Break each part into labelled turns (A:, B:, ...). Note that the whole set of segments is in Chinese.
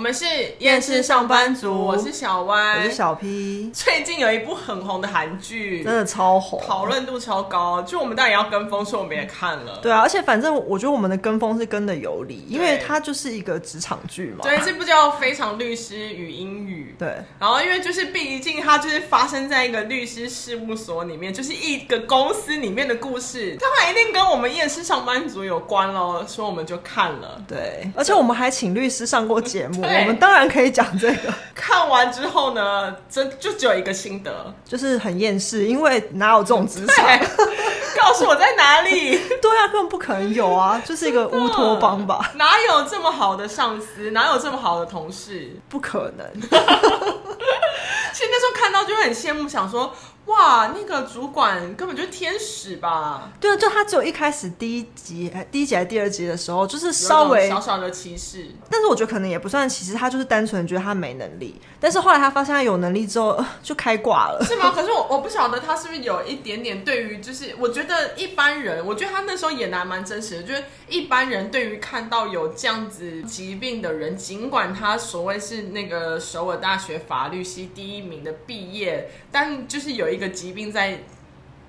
A: 们是
B: 厌世上班族
A: 我是小歪，
B: 我是小嗯 P，
A: 最近有一部很红的韩剧
B: 真，的超红，
A: 讨论度超高，就我们当然也要跟风，所以我们也看了。
B: 对啊，而且反正我觉得我们的跟风是跟的有理，因为它就是一个职场剧嘛。
A: 对，这部叫《非常律师与英语》。
B: 对
A: 然后，因为就是毕竟它就是发生在一个律师事务所里面，就是一个公司里面的故事，当然一定跟我们厌世上班族有关喽，所以我们就看了。
B: 对，而且我们还请律师上过节目，
A: 对
B: 我们当然可以讲这个，
A: 看完之后呢，真就只有一个心 得，
B: 就是很厌世，因为哪有这种职场？
A: 对，告诉我在哪里。
B: 对啊，根本不可能有 啊，就是一个乌托邦吧，
A: 哪有这么好的上司？哪有这么好的同事？
B: 不可能。
A: 其实那时候看到就会很羡慕，想说哇，那个主管根本就是天使吧？
B: 对啊，就他只有一开始第一集、哎第一集还是第二集的时候，就是
A: 有一种
B: 稍微
A: 小小的歧视，
B: 但是我觉得可能也不算歧视，他就是单纯觉得他没能力。但是后来他发现他有能力之后，呃就开挂了。
A: 是吗？可是我我不晓得他是不是有一点点对于，就是我觉得一般人，我觉得他那时候演的还蛮真实的，就是一般人对于看到有这样子疾病的人，尽管他所谓是那个首尔大学法律系第一名的毕业，但就是有一个疾病在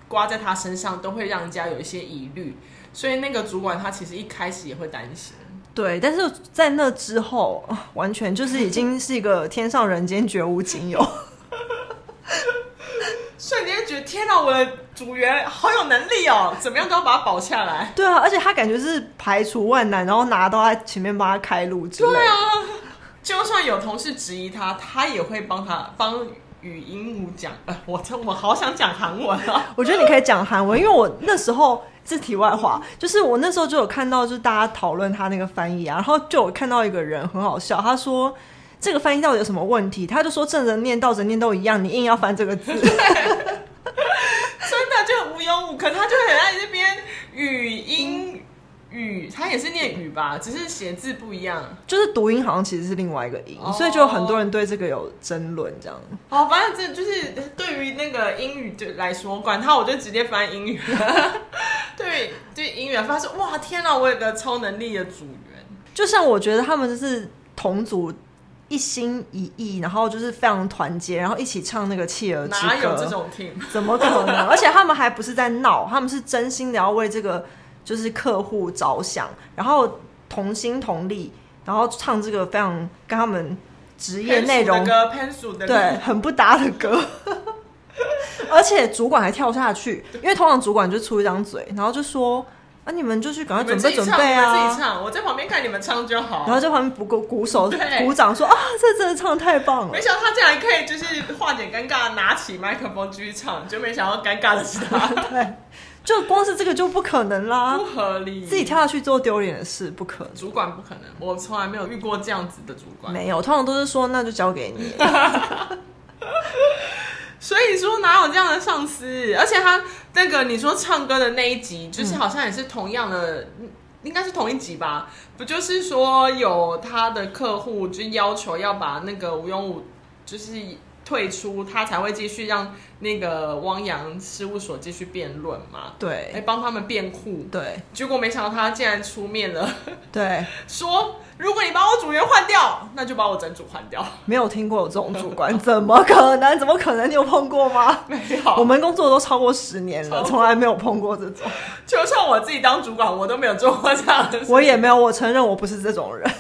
A: 刮在他身上，都会让人家有一些疑虑。所以那个主管他其实一开始也会担心，
B: 对，但是在那之后， 呃完全就是已经是一个天上人间绝无仅有。
A: 瞬间觉得天哪，我的组员好有能力哦，怎么样都要把他保下来。
B: 对啊，而且他感觉是排除万难，然后拿到他前面帮他开路之类的。
A: 对啊，就算有同事质疑他，他也会帮他帮语音母讲。呃，我真我好想讲韩文啊！
B: 我觉得你可以讲韩文，因为我那时候 是题外话，就是我那时候就有看到，就是大家讨论他那个翻译啊，然后就有看到一个人很好笑，他说这个翻译到底有什么问题？他就说正着念、倒着念都一样，你硬要翻这个字。
A: 真的就无忧无可，他就很爱这边语音语，他也是念语吧，只是写字不一样。
B: 就是读音好像其实是另外一个音，
A: 哦
B: 所以就有很多人对这个有争论，这样。
A: 好，哦反正这就是对于那个英语就来说，管他我就直接翻英语。 对于对于英语来发现，哇天啊哪，我有个超能力的组员。
B: 就像我觉得他们就是同组一心一意，然后就是非常团结，然后一起唱那个《企鹅之歌》。
A: 哪有这种 team？
B: 怎么可能？而且他们还不是在闹，他们是真心的要为这个就是客户着想，然后同心同力，然后唱这个非常跟他们职业内容
A: 的歌 p e n c i 的歌
B: 对很不搭的歌。 而且主管还跳下去，因为通常主管就出一张嘴，然后就说：“啊，你们就去赶快
A: 你们
B: 准
A: 自
B: 备
A: 己唱，
B: 准备啊！”
A: 你们自己唱，我在旁边看你们唱就好。
B: 然后就旁边不够鼓手
A: 哦对
B: 鼓掌说：“啊，这真的唱得太棒了
A: 没！”想到他竟然可以就是化解尴尬，拿起麦克风继续唱，就没想到尴尬的是 他，
B: 对，就光是这个就不可能啦
A: 不，合理。
B: 啊自己跳下去做丢脸的事不可能。
A: 主管不可能，我从来没有遇过这样子的主管。
B: 没有，通常都是说那就交给你。
A: 所以说哪有这样的上司？而且他那个你说唱歌的那一集，就是好像也是同样的，应该是同一集吧？不就是说有他的客户就要求要把那个吴永武就是退出，他才会继续让那个汪洋事务所继续辩论嘛？来
B: 对
A: 帮他们辩护，
B: 对
A: 结果没想到他竟然出面了，
B: 对，
A: 说如果你把我组员换掉，那就把我整组换掉。
B: 没有听过有这种主管，怎么可能？怎么可能？你有碰过吗？
A: 没有，
B: 我们工作都超过十年
A: 超
B: 了，
A: 过
B: 从来没有碰过这种，
A: 就算我自己当主管，我都没有做过这样的事。
B: 我也没有，我承认我不是这种人。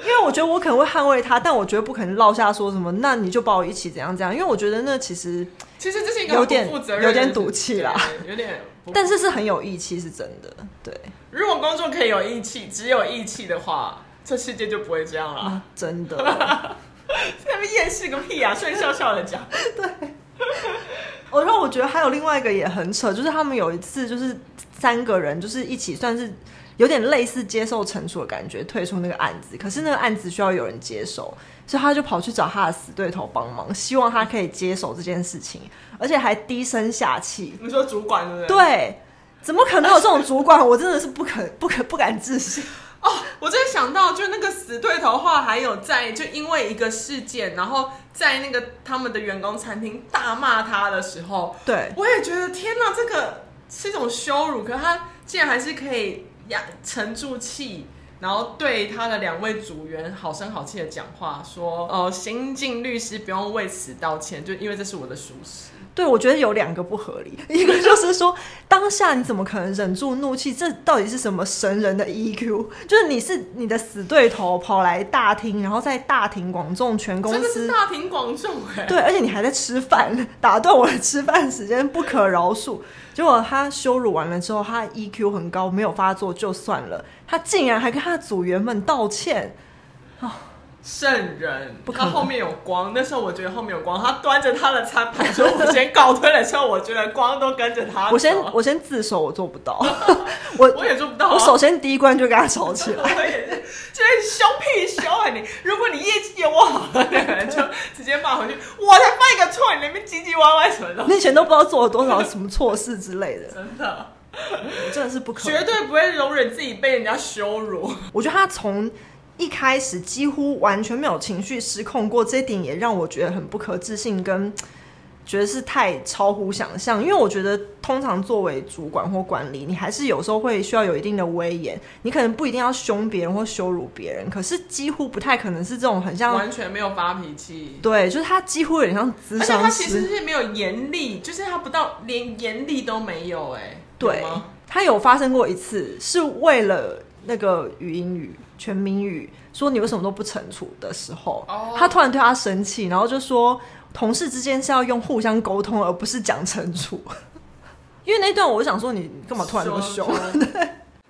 B: 因为我觉得我可能会捍卫他，但我觉得不可能落下说什么，那你就把我一起怎样怎样。因为我觉得那其实，
A: 其实这是一个很
B: 有点
A: 不负责任的
B: 有点赌气啦，
A: 对有点不。
B: 但是是很有义气，是真的。对
A: 如果工作可以有义气，只有义气的话，这世界就不会这样了。
B: 啊，真的。
A: 在那边厌世个屁啊！所以笑笑的讲，
B: 我哦然后我觉得还有另外一个也很扯，就是他们有一次就是三个人就是一起算是有点类似接受惩处的感觉，退出那个案子。可是那个案子需要有人接手，所以他就跑去找他的死对头帮忙，希望他可以接手这件事情，而且还低声下气。
A: 你说主管对不对？
B: 对，怎么可能有这种主管？我真的是不可不可不敢置信。
A: 哦，我真的想到，就那个死对头话，还有在就因为一个事件，然后在那个他们的员工餐厅大骂他的时候，
B: 对
A: 我也觉得天哪，这个是一种羞辱，可他竟然还是可以压沉住气，然后对他的两位组员好声好气的讲话，说：“呃，新晋律师不用为此道歉，就因为这是我的疏失。
B: 对，我觉得有两个不合理，一个就是说，当下你怎么可能忍住怒气？这到底是什么神人的 EQ？就是你是你的死对头跑来大厅，然后在大庭广众全公
A: 真的是
B: 司，
A: 大庭广众哎、
B: 对，而且你还在吃饭，打断我的吃饭时间，不可饶恕。结果他羞辱完了之后，他 EQ 很高，没有发作就算了，他竟然还跟他的组员们道歉。
A: 圣人
B: 不，可
A: 他
B: 能
A: 后面有光。那时候我觉得后面有光，他端着他的餐盘说：“我先告退的时候，我觉得光都跟着他走。”
B: 我先我先自首，我做不到， 我
A: 我也做不到、啊。
B: 我首先第一关就跟他吵 起来。
A: 我也是，就是凶屁凶啊你！如果你业绩有我好，那个人就直接骂回去，我才犯一个错，你那边唧唧歪歪什么 的，
B: 你以前都不知道做了多少什么错事之类的，
A: 真的
B: 真的是不可能
A: 绝。对不会容忍自己被人家羞辱。
B: 我觉得他从一开始几乎完全没有情绪失控过，这一点也让我觉得很不可置信，跟觉得是太超乎想象。因为我觉得通常作为主管或管理，你还是有时候会需要有一定的威严，你可能不一定要凶别人或羞辱别人，可是几乎不太可能是这种很像。
A: 完全没有发脾气，
B: 对，就是他几乎有点像咨
A: 而且他
B: 商
A: 其实
B: 师，
A: 是没有严厉，就是他不到连严厉都没有、哎，
B: 对
A: 有吗，
B: 他有发生过一次，是为了那个语音语全民语说你为什么都不惩处的时候
A: 哦
B: 他突然对他生气，然后就说同事之间是要用互相沟通，而不是讲惩处。因为那段我想说你干嘛突然那么凶？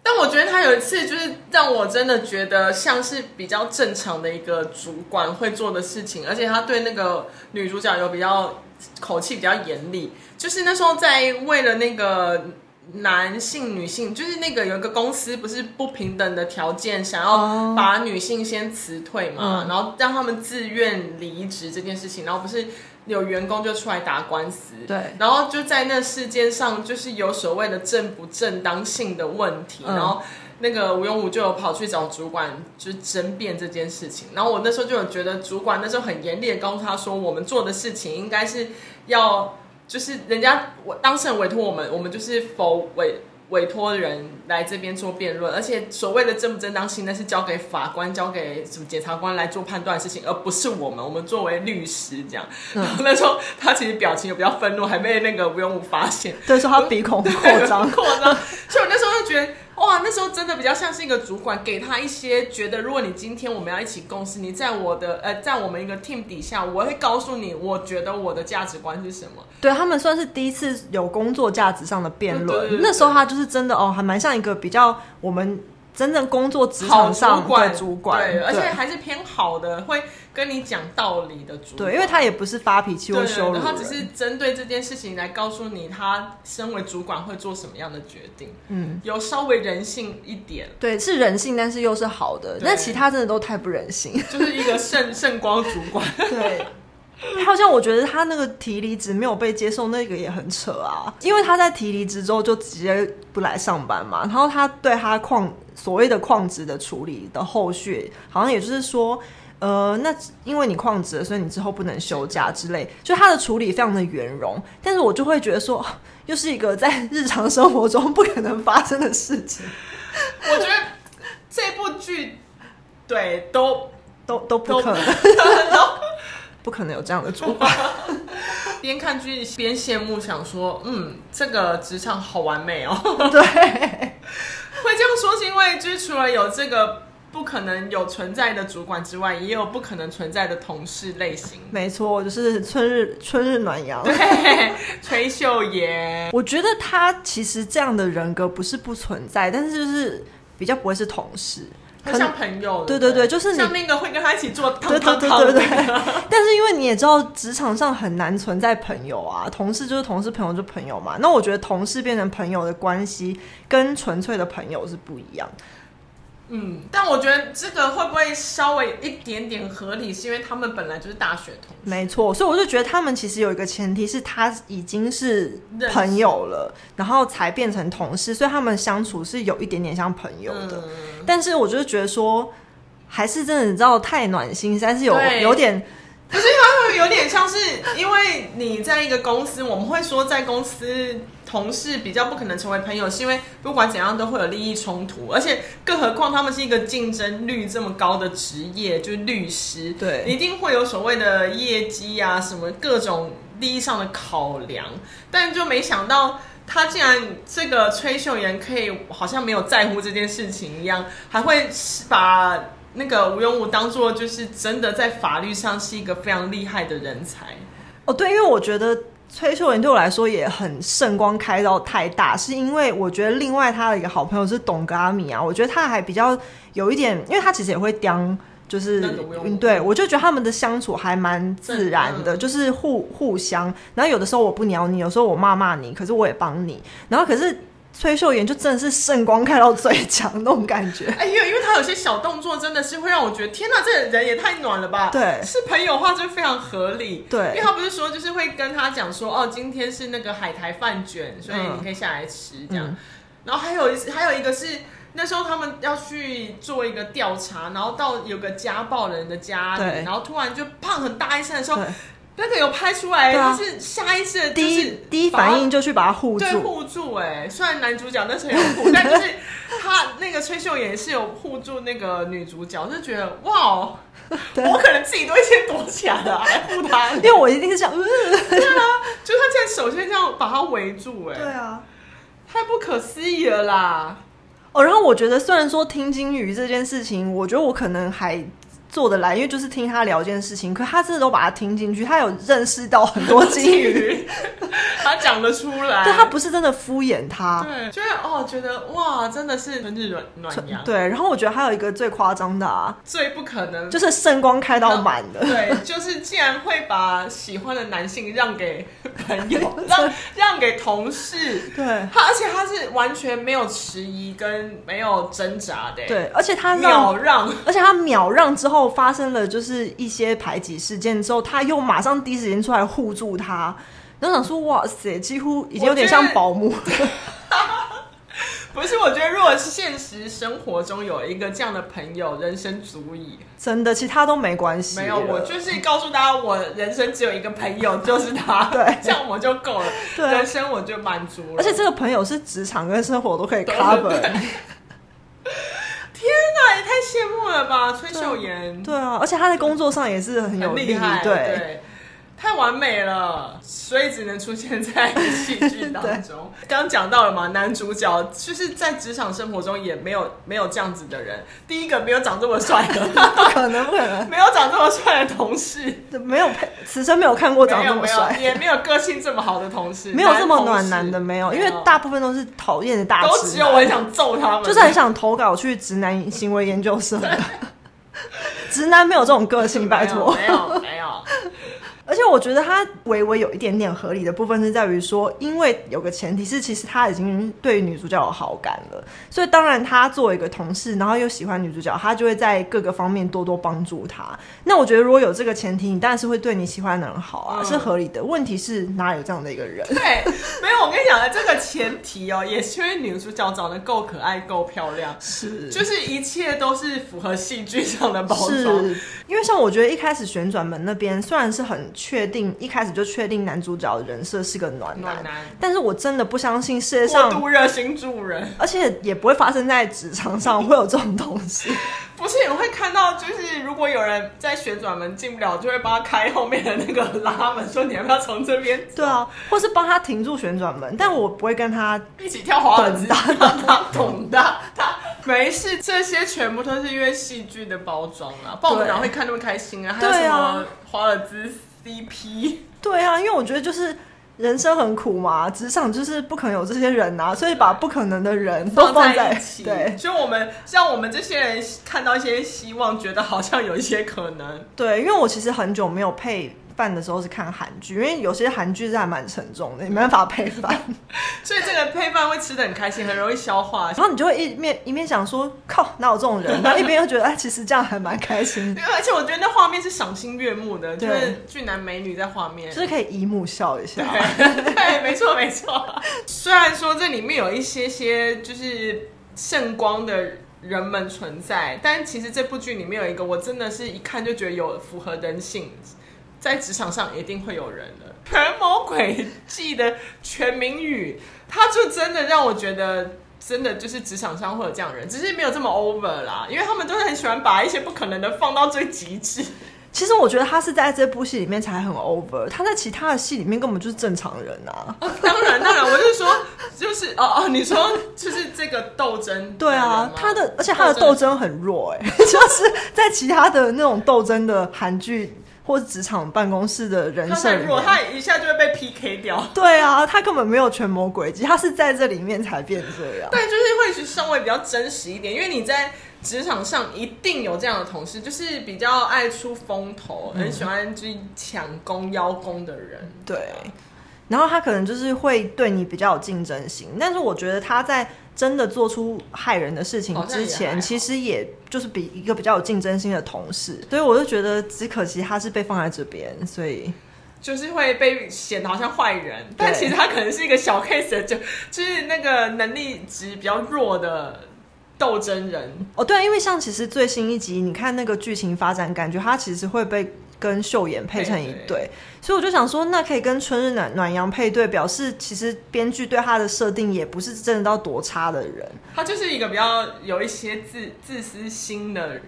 A: 但我觉得他有一次就是让我真的觉得像是比较正常的一个主管会做的事情，而且他对那个女主角有比较口气比较严厉，就是那时候在为了那个。男性、女性，就是那个有一个公司不是不平等的条件，想要
B: 哦
A: 把女性先辞退嘛，
B: 嗯
A: 然后让他们自愿离职这件事情，然后不是有员工就出来打官司，
B: 对
A: 然后就在那事件上，就是有所谓的正不正当性的问题，
B: 嗯
A: 然后那个吴永武就有跑去找主管，就是争辩这件事情。然后我那时候就有觉得，主管那时候很严厉的告诉他说，我们做的事情应该是要，就是人家我当事人委托我们，我们就是否委。委托人来这边做辩论，而且所谓的正不正当性，那是交给法官、交给什么检察官来做判断的事情，而不是我们。我们作为律师这样，
B: 嗯
A: 然后那时候他其实表情也比较愤怒，还被那个吴永武发 现，，
B: 对，说他鼻孔扩张
A: 扩张。所以我那时候就觉得，哇，那时候真的比较像是一个主管，给他一些觉得，如果你今天我们要一起共事，你在我的呃，在我们一个 team 底下，我会告诉你，我觉得我的价值观是什么。
B: 对他们算是第一次有工作价值上的辩
A: 对对
B: 论
A: 对。
B: 那时候他就是真的哦，还蛮像一个比较我们真正工作职
A: 好
B: 场
A: 主
B: 上
A: 管，
B: 的主管，
A: 对，而且
B: 对
A: 还是偏好的，会跟你讲道理的主管。
B: 对，因为他也不是发脾气
A: 对
B: 或羞辱
A: 对
B: 人，
A: 对他只是针对这件事情来告诉你，他身为主管会做什么样的决定，
B: 嗯，
A: 有稍微人性一点，
B: 对，是人性，但是又是好的。
A: 对
B: 那其他真的都太不 人性。
A: 就是一个 圣圣光主管。
B: 对，好像我觉得他那个提离职没有被接受，那个也很扯啊。因为他在提离职之后就直接不来上班嘛，然后他对他旷所谓的旷职的处理的后续，好像也就是说。呃，那因为你旷职了，所以你之后不能休假之类，就他的处理非常的圆融，但是我就会觉得说，哦又是一个在日常生活中不可能发生的事情，
A: 我觉得这部剧，对，都
B: 都都不
A: 都
B: 可能， 不可能有这样的主 管。
A: 边看剧边羡慕，想说，嗯，这个职场好完美哦。
B: 对，
A: 会这样说是因为，就是除了有这个不可能有存在的主管之外，也有不可能存在的同事类型。
B: 没错，就是春日春日暖阳。
A: 对，崔秀妍，
B: 我觉得他其实这样的人格不是不存在，但是就是比较不会是同事，
A: 他像朋友，
B: 对
A: 不
B: 对对，就是你
A: 像。那个会跟他一起做汤
B: 对对
A: 汤
B: 对
A: 汤
B: 对对
A: 那个，
B: 但是因为你也知道，职场上很难存在朋友啊，同事就是同事，朋友就朋友嘛。那我觉得同事变成朋友的关系，跟纯粹的朋友是不一样。
A: 嗯，但我觉得这个会不会稍微一点点合理，是因为他们本来就是大学同学。
B: 没错，所以我就觉得他们其实有一个前提是他已经是
A: 认识
B: 朋友了，然后才变成同事，所以他们相处是有一点点像朋友的。
A: 嗯
B: 但是我就是觉得说，还是真的你知道太暖心，实在是有
A: 对
B: 有点
A: 可是它会有点像是，因为你在一个公司，我们会说在公司同事比较不可能成为朋友，是因为不管怎样都会有利益冲突，而且更何况他们是一个竞争率这么高的职业，就是律师，
B: 对
A: 一定会有所谓的业绩啊，什么各种利益上的考量，但就没想到。他竟然这个崔秀妍可以好像没有在乎这件事情一样，还会把那个吴永武当做就是真的在法律上是一个非常厉害的人才。
B: 哦，对，因为我觉得崔秀妍对我来说也很圣光开到太大，是因为我觉得另外他的一个好朋友是董格阿米啊，我觉得他还比较有一点，因为他其实也会当。就是
A: 那个不用
B: 嗯对，我就觉得他们的相处还蛮自然的，
A: 嗯
B: 就是互互相。然后有的时候我不鸟你，有时候我骂骂你，可是我也帮你。然后可是崔秀妍就真的是圣光开到最强那种感觉。
A: 哎呦，因为他有些小动作真的是会让我觉得，天哪，这人也太暖了吧！
B: 对
A: 是朋友的话就非常合理。
B: 对
A: 因为他不是说就是会跟他讲说，哦，今天是那个海苔饭卷，所以你可以下来吃这样。
B: 嗯
A: 然后还有一次还有一个是那时候他们要去做一个调查，然后到有个家暴人的家里，
B: 对
A: 然后突然就胖很大一声的时候
B: 对，，
A: 那个有拍出来，
B: 对啊
A: 就是下意识的就
B: 第
A: 是
B: 一第一
A: 把他
B: 反应就去把他护
A: 对
B: 住，
A: 互助哎、虽然男主角那时候有护，但就是 他那个崔秀妍是有护住那个女主角，就觉得哇哦，
B: 对
A: 我可能自己都会先躲起来了，还护 他，
B: 因为我一定 是想，嗯，
A: 啊就是他竟然首先这样把他围住哎、
B: 啊。
A: 太不可思议了啦！
B: 哦，然后我觉得虽然说听金鱼这件事情，我觉得我可能还做得来，因为就是听他聊这件事情，可他真的都把它听进去，他有认识到很多金鱼，，
A: 他讲得出 来，
B: 但他不是真的敷衍他。
A: 对，就是哦，觉得哇，真的是春日暖暖阳，
B: 对，然后我觉得还有一个最夸张的啊，
A: 最不可能
B: 就是圣光开到满的，
A: 对，就是竟然会把喜欢的男性让给朋 友，让让给同事。
B: 对
A: 他而且他是完全没有迟疑跟没有挣扎的，，欸
B: 对，而且他让
A: 秒让，
B: 而且他秒让之后发生了就是一些排挤事件之后，他又马上第一时间出来护住他，然后想说哇塞，几乎已经有点像保姆。
A: 不是？我觉得如果是现实生活中有一个这样的朋友，人生足矣。
B: 真的，其他都没关系了。
A: 没有，我就是告诉大家，我人生只有一个朋友，就是他，
B: 对
A: 这样我就够了，
B: 对
A: 人生我就满足了。
B: 而且这个朋友是职场跟生活都可以
A: 对啊
B: cover
A: 对。天哪，也太羡慕了吧，崔秀妍。
B: 对啊，而且他在工作上也是很有
A: 很
B: 力
A: 厉害，
B: 对，
A: 太完美了，所以只能出现 在戏剧当中。刚刚讲到了嘛，男主角就是在职场生活中也没有没有这样子的人。第一个没有长这么帅的，
B: 不可能不可能，
A: 没有长这么帅的同事，
B: 没有配此生没有看过长
A: 没
B: 这
A: 有
B: 么
A: 没有
B: 帅，
A: 也没有个性这么好的同事，
B: 没有这么
A: 男同事
B: 暖男的没有，因为
A: 没有
B: 大部分都是讨厌的大
A: 都
B: 直
A: 只有我很
B: 男，
A: 想揍他们，
B: 就是很想投稿去直男行为研究社的。 直男没有这种个性，拜托。
A: 没有没有，
B: 而且我觉得他微微有一点点合理的部分是在于说，因为有个前提是，其实他已经对女主角有好感了，所以当然他作为一个同事，然后又喜欢女主角，他就会在各个方面多多帮助她。那我觉得如果有这个前提，你当然是会对你喜欢的人好啊，
A: 嗯
B: 是合理的。问题是哪有这样的一个人？
A: 对，没有我跟你讲的这个前提哦，也是因为女主角长得够可爱够漂亮，
B: 是
A: 就是一切都是符合戏剧上的包
B: 是
A: 装。
B: 因为像我觉得一开始旋转门那边虽然是很确定，一开始就确定男主角的人设是个暖男，
A: 暖男
B: 但是我真的不相信世界
A: 过
B: 上
A: 度热心助人，
B: 而且也不会发生在职场上会有这种东 西。
A: 不是你会看到，就是如果有人在旋转门进不了，就会帮他开后面的那个拉门，说你要不要从这边
B: 对啊，或是帮他停住旋转门，但我不会跟他。
A: 一起跳华尔兹，让他懂的，他没事，这些全部都是因为戏剧的包装啊，不然我们
B: 对
A: 哪会看那么开心啊？还有
B: 对
A: 什
B: 啊
A: 么华尔兹 CP？
B: 对啊，因为我觉得就是人生很苦嘛，职场就是不可能有这些人啊，所以把不可能的人都放
A: 在
B: 在
A: 一起，
B: 对
A: 就我们让我们这些人看到一些希望，觉得好像有一些可能。
B: 对，因为我其实很久没有配饭的时候是看韩剧，因为有些韩剧是还蛮沉重的，你没办法配饭，
A: 所以这个配饭会吃的很开心，很容易消化。
B: 然后你就会一面一面想说靠哪有这种人，然后一边又觉得哎其实这样还蛮开心的，
A: 对而且我觉得那画面是赏心悦目的，就
B: 对
A: 是俊男美女在画面，
B: 就是可以姨母笑一下。
A: 对，对没错没错。虽然说这里面有一些些就是圣光的人们存在，但其实这部剧里面有一个，我真的是一看就觉得有符合人性，在职场上一定会有人的《权谋诡计》的全民宇，他就真的让我觉得。真的就是职场上会有这样的人，只是没有这么 over 啦，因为他们都是很喜欢把一些不可能的放到最极致。
B: 其实我觉得他是在这部戏里面才很 over，他在其他的戏里面根本就是正常人啊。
A: 当然，当然，我是说，就是哦 哦，你说就是这个斗争，
B: 对啊，他的而且他的斗争很弱 哎、就是在其他的那种斗争的韩剧或者职场办公室的人
A: 他
B: 设
A: 太
B: 里
A: 弱，
B: 面，
A: 他一下就会被 PK 掉。
B: 对啊，他根本没有权谋诡计，他是在这里面才变这 样。
A: 对，就是会稍微比较真实一点，因为你在职场上一定有这样的同事，就是比较爱出风头，很喜欢去抢功邀功的人。
B: 对，然后他可能就是会对你比较有竞争心，但是我觉得他在真的做出害人的事情
A: 好哦像也
B: 之
A: 还
B: 前，
A: 好
B: 其实也就是比一个比较有竞争心的同事，所以我就觉得只可惜他是被放在这边，所以
A: 就是会被显得好像坏人，但其实他可能是一个小 case，的就就是那个能力值比较弱的斗争人。
B: 哦对，因为像其实最新一集，你看那个剧情发展，感觉他其实会被。跟秀妍配成一
A: 配
B: 对，所以我就想说，那可以跟春日暖暖阳配对，表示其实编剧对他的设定也不是真的到多差的人。
A: 他就是一个比较有一些自自私心的人，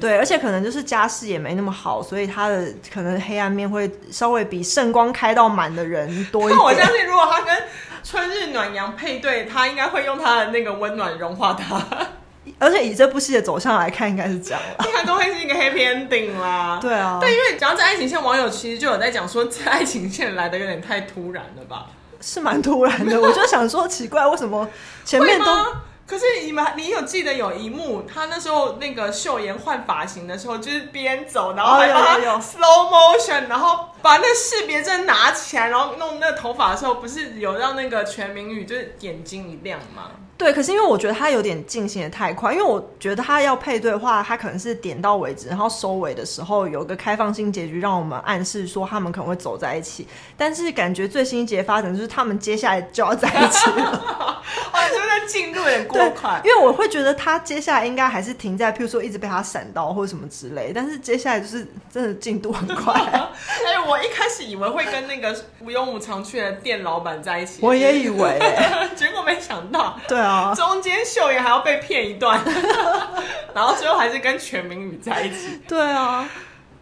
B: 对，而且可能就是家世也没那么好，所以他的可能黑暗面会稍微比圣光开到满的人多一
A: 但我相
B: 点。
A: 信，如果他跟春日暖阳配对，他应该会用他的那个温暖融化 他，
B: 而且以这部戏的走向来看，应该是这样啦。
A: 他都会是一个 happy ending 啦。
B: 对啊，
A: 但因为讲到这爱情线，网友其实就有在讲说，这爱情线来的有点太突然了吧？
B: 是蛮突然的。我就想说，奇怪，为什么前面
A: 会
B: 都
A: 吗？可是你们，你有记得有一幕，他那时候那个秀妍换发型的时候，就是边走，然后
B: 哦
A: 还
B: 有
A: 帮他
B: 有有
A: slow motion，然后把那识别证拿起来，然后弄那个头发的时候，不是有让那个全民宇就是眼睛一亮 吗？
B: 对？可是因为我觉得他有点进行的太快，因为我觉得他要配对的话，他可能是点到为止，然后收尾的时候有个开放性结局，让我们暗示说他们可能会走在一起。但是感觉最新一节发展就是他们接下来就要在一起了。
A: 哦，你说他进入有点过
B: 对，
A: 快。
B: 因为我会觉得他接下来应该还是停在，譬如说一直被他闪到或者什么之类，但是接下来就是真的进度很快，
A: 哎、我一开始以为会跟那个无忧无常去的店老板在一起，
B: 我也以为、
A: 结果没想到
B: 对啊，
A: 中间秀妍还要被骗一段， 然后最后还是跟全民宇在一起。
B: 对啊，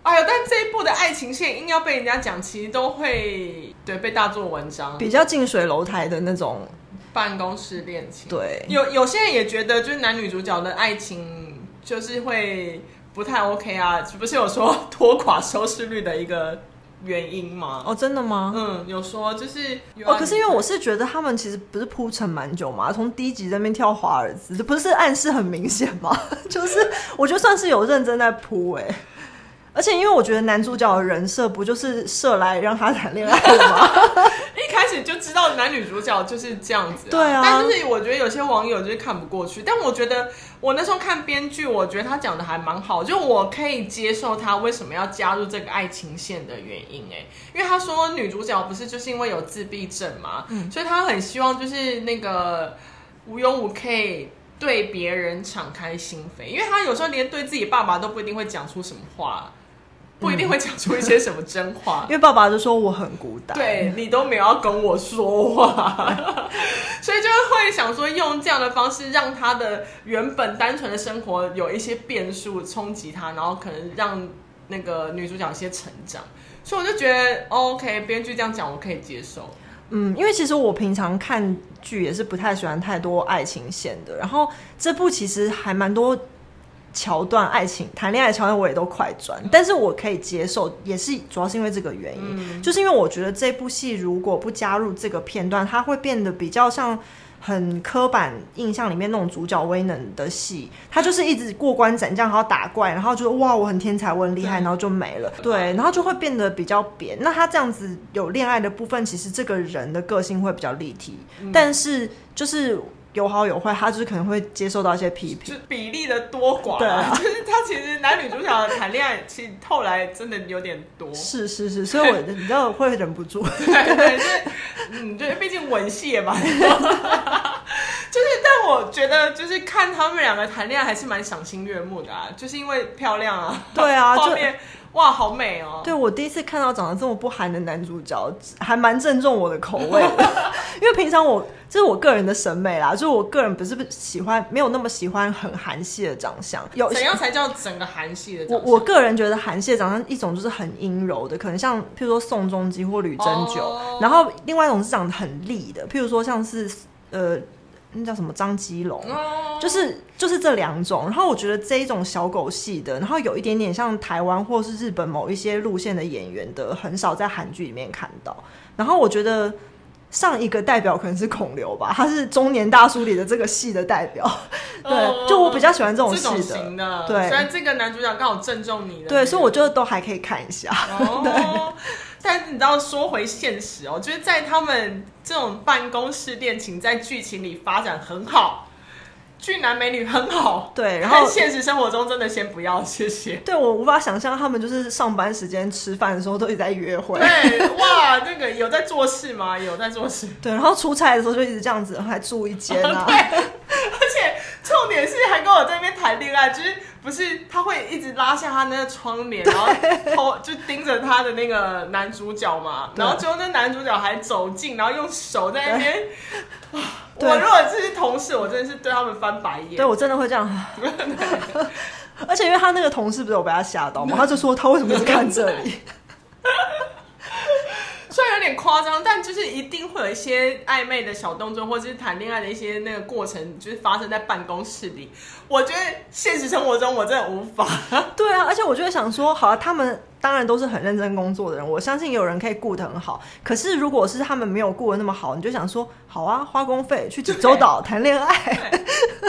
A: 哎呦，但这一部的爱情线硬要被人家讲，其实都会对被大做文章。
B: 比较近水楼台的那种，
A: 办公室恋情，
B: 对
A: 有有些人也觉得，就是男女主角的爱情就是会不太 OK 啊，不是有说拖垮收视率的一个原因吗？
B: 哦，真的吗？
A: 嗯，有说就是有啊
B: 哦，可是因为我是觉得他们其实不是铺陈蛮久嘛，从第一集在那边跳华尔兹，这不是暗示很明显吗？ 就是我觉得算是有认真在铺哎、而且因为我觉得男主角的人设不就是设来让他谈恋爱的吗？
A: 一开始就知道男女主角就是这样子、
B: 对啊
A: 但就是我觉得有些网友就是看不过去，但我觉得我那时候看编剧，我觉得他讲的还蛮好，就我可以接受他为什么要加入这个爱情线的原因、欸，因为他说女主角不是就是因为有自闭症嘛，
B: 嗯
A: 所以他很希望就是那个无忧无 K。对别人敞开心扉，因为他有时候连对自己爸爸都不一定会讲出什么话，不一定会讲出一些什么真话。
B: 因为爸爸就说我很孤单，
A: 对你都没有要跟我说话， 所以就会想说用这样的方式让他的原本单纯的生活有一些变数冲击他，然后可能让那个女主角有一些成长。所以我就觉得、哦 OK，编剧这样讲我可以接受。
B: 嗯，因为其实我平常看剧也是不太喜欢太多爱情线的，然后这部其实还蛮多桥段爱情谈恋爱的桥段我也都快转，但是我可以接受，也是主要是因为这个原因，就是因为我觉得这部戏如果不加入这个片段，它会变得比较像。很刻板印象里面那种主角威能的戏，他就是一直过关斩将，然后打怪，然后就哇我很天才，我很厉害，
A: 对
B: 然后就没了。对，然后就会变得比较扁。那他这样子有恋爱的部分，其实这个人的个性会比较立体，
A: 嗯
B: 但是就是有好有坏，他就是可能会接受到一些批 评。
A: 就比例的多寡，
B: 对啊
A: 就是他其实男女主角的谈恋爱，其实后来真的有点多，
B: 是是是，所以我你知道我会忍 不住，
A: 对对，就是嗯，就是毕竟吻戏也蛮多，就是但我觉得就是看他们两个谈恋爱还是蛮赏心悦目的啊，就是因为漂亮啊，
B: 对啊，
A: 画
B: 就
A: 面哇好美哦，
B: 对我第一次看到长得这么不韩的男主角，还蛮正中我的口味的。 因为平常我这是我个人的审美啦，就是我个人不是喜欢没有那么喜欢很韩系的长相，有
A: 怎样才叫整个韩系的长
B: 我
A: 相？
B: 我个人觉得韩系的长相一种就是很阴柔的，可能像譬如说宋仲基或吕珍九，
A: 哦
B: 然后另外一种是长得很立的，譬如说像是呃那叫什么张基啊龙，
A: 哦
B: 就是就是这两种。然后我觉得这一种小狗系的，然后有一点点像台湾或是日本某一些路线的演员的，很少在韩剧里面看到。然后我觉得。上一个代表可能是孔刘吧，他是中年大叔里的这个系的代 表。对，就我比较喜欢这种
A: 哦这
B: 系
A: 种
B: 的。
A: 型的，
B: 对
A: 虽然这个男主角刚好正中你的那个，
B: 对，所以我就都还可以看一下。
A: 哦，但是你知道，说回现实哦，就是在他们这种办公室恋情在剧情里发展很好，俊男美女很好，
B: 对然后
A: 但现实生活中真的先不要，谢谢。
B: 对我无法想象他们就是上班时间吃饭的时候都一直在约会，
A: 对，哇，那个有在做事吗？有在做事，
B: 对，然后出差的时候就一直这样子，还住一间啊，
A: 对，而且重点是还跟我在那边谈恋爱，就是不是他会一直拉下他那个窗帘，然后偷就盯着他的那个男主角嘛，
B: 对
A: 然后最后那男主角还走近，然后用手在那边。
B: 对
A: 我如果这是同事，我真的是对他们翻白眼
B: 对。我真的会这样。 而且因为他那个同事不是有被他吓到吗？他就说他为什么一直看这里？
A: 虽然有点夸张，但就是一定会有一些暧昧的小动作，或者是谈恋爱的一些那个过程，就是发生在办公室里。我觉得现实生活中我真的无法。
B: 对啊，而且我就会想说，好、啊，他们当然都是很认真工作的人，我相信有人可以顾得很好。可是如果是他们没有顾得那么好，你就想说，好啊，花公费去济州岛谈恋爱，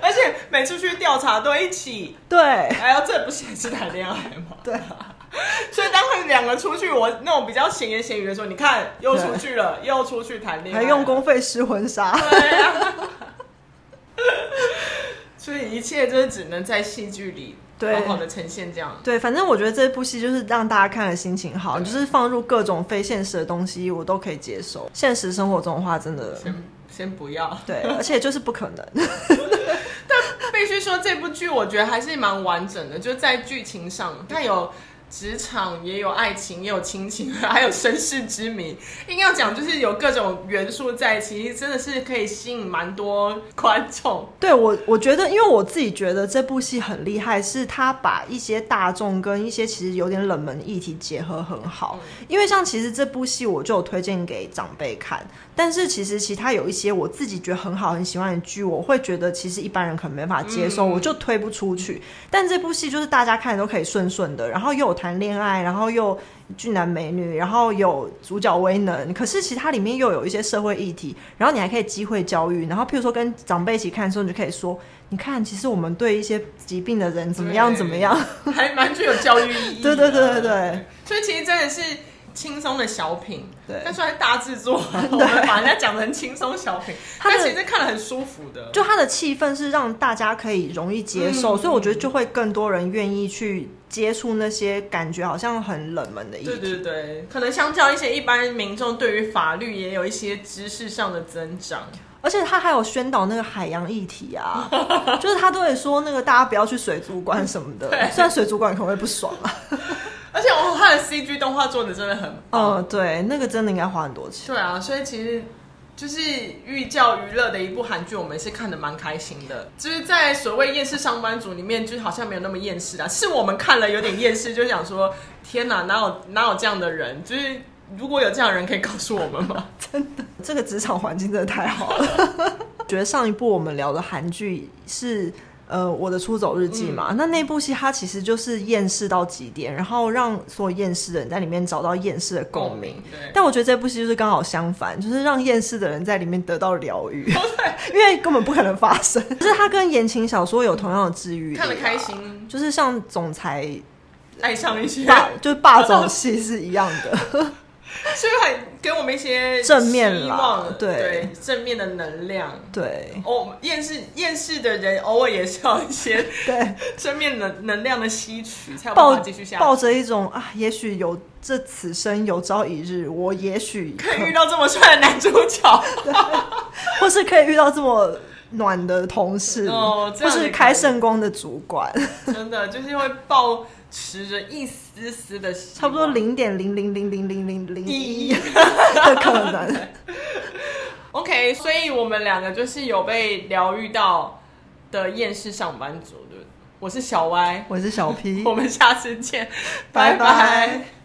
A: 而且每次去调查都一起，
B: 对
A: 哎呦，这不是也是谈恋爱吗？
B: 对。
A: 所以当他们两个出去，我那种比较闲言闲语的说，你看又出去了，又出去谈恋爱，
B: 还用。公费吃婚纱。
A: 对啊。 所以一切就是只能在戏剧里
B: 对
A: 好好的呈现这样。
B: 对，反正我觉得这部戏就是让大家看了心情好，就是放入各种非现实的东西，我都可以接受。现实生活中的话，真的
A: 先先不要，
B: 对，而且就是不可能。
A: 必须说这部剧我觉得还是蛮完整的，就在剧情上，它有职场，也有爱情，也有亲情， 还有身世之谜。硬要讲就是有各种元素在，其实真的是可以吸引蛮多观众。
B: 对我，我觉得，因为我自己觉得这部戏很厉害，是它把一些大众跟一些其实有点冷门的议题结合很好。因为像其实这部戏我就有推荐给长辈看，但是其实其他有一些我自己觉得很好、很喜欢的剧，我会觉得其实一般人可能没法接受，
A: 嗯
B: 我就推不出去。但这部戏就是大家看都可以顺顺的，然后又有谈恋爱，然后又俊男美女，然后有主角威能，可是其他里面又有一些社会议题，然后你还可以机会教育，然后譬如说跟长辈一起看的时候，你就可以说，你看，其实我们对一些疾病的人怎么样
A: 对
B: 怎么样，
A: 还蛮具有教育意义的。
B: 对对对对对
A: 所以其实真的是轻松的小品，
B: 对
A: 但虽然大制 作，我们把人家讲成轻松小品，
B: 它的
A: 但其实看了很舒服的。
B: 就它的气氛是让大家可以容易接受，
A: 嗯
B: 所以我觉得就会更多人愿意去接触那些感觉好像很冷门的议题。
A: 对对对，可能相较一些一般民众，对于法律也有一些知识上的增长。
B: 而且他还有宣导那个海洋议 题啊，就是他都会说那个大家不要去水族馆什么的，
A: 对
B: 虽然水族馆可能会不爽啊。
A: 而且我看的 CG 动画做的真的很棒。
B: 嗯，对，那个真的应该花很多钱。
A: 对啊，所以其实就是寓教于乐的一部韩剧，我们是看的蛮开心的。就是在所谓厌世上班族里面，就好像没有那么厌世啊，是我们看了有点厌世，就想说天哪，哪有哪有这样的人？就是如果有这样的人，可以告诉我们吗？
B: 这个职场环境真的太好了。 觉得上一部我们聊的韩剧是呃我的出走日记
A: 嗯
B: 嘛，那那部戏它其实就是厌世到极点，然后让所有厌世的人在里面找到厌世的共鸣。
A: 对。
B: 但我觉得这部戏就是刚好相反，就是让厌世的人在里面得到疗 愈，因为根本不可能发生。就是它跟言情小说有同样的治愈、
A: 看得开，心，
B: 就是像总裁
A: 爱上一些
B: 霸，就是霸总戏是一样的。
A: 是不是很给我们一些
B: 正面啦
A: 希望？
B: 对
A: 对，正面的能量。
B: 对
A: 哦，厌世厌世的人偶尔也是要一些
B: 对，
A: 正面能能量的吸取，才有办
B: 抱
A: 法继续下
B: 抱
A: 去。
B: 着一种啊，也许有这此生有朝一日，我也许
A: 可以遇到这么帅的男主 角，
B: 或是可以遇到这么暖的同事，
A: 哦这
B: 或
A: 样也
B: 是
A: 可以
B: 开圣光的主管，
A: 真的就是会抱持着一丝丝的希望，
B: 差不多零点零零零零零零零
A: 一
B: 一的可能。
A: OK，所以我们两个就是有被疗愈到的厌世上班族，对不对？我是小歪，
B: 我是小 P，
A: 我们下次见，
B: 拜
A: 拜
B: 拜
A: 拜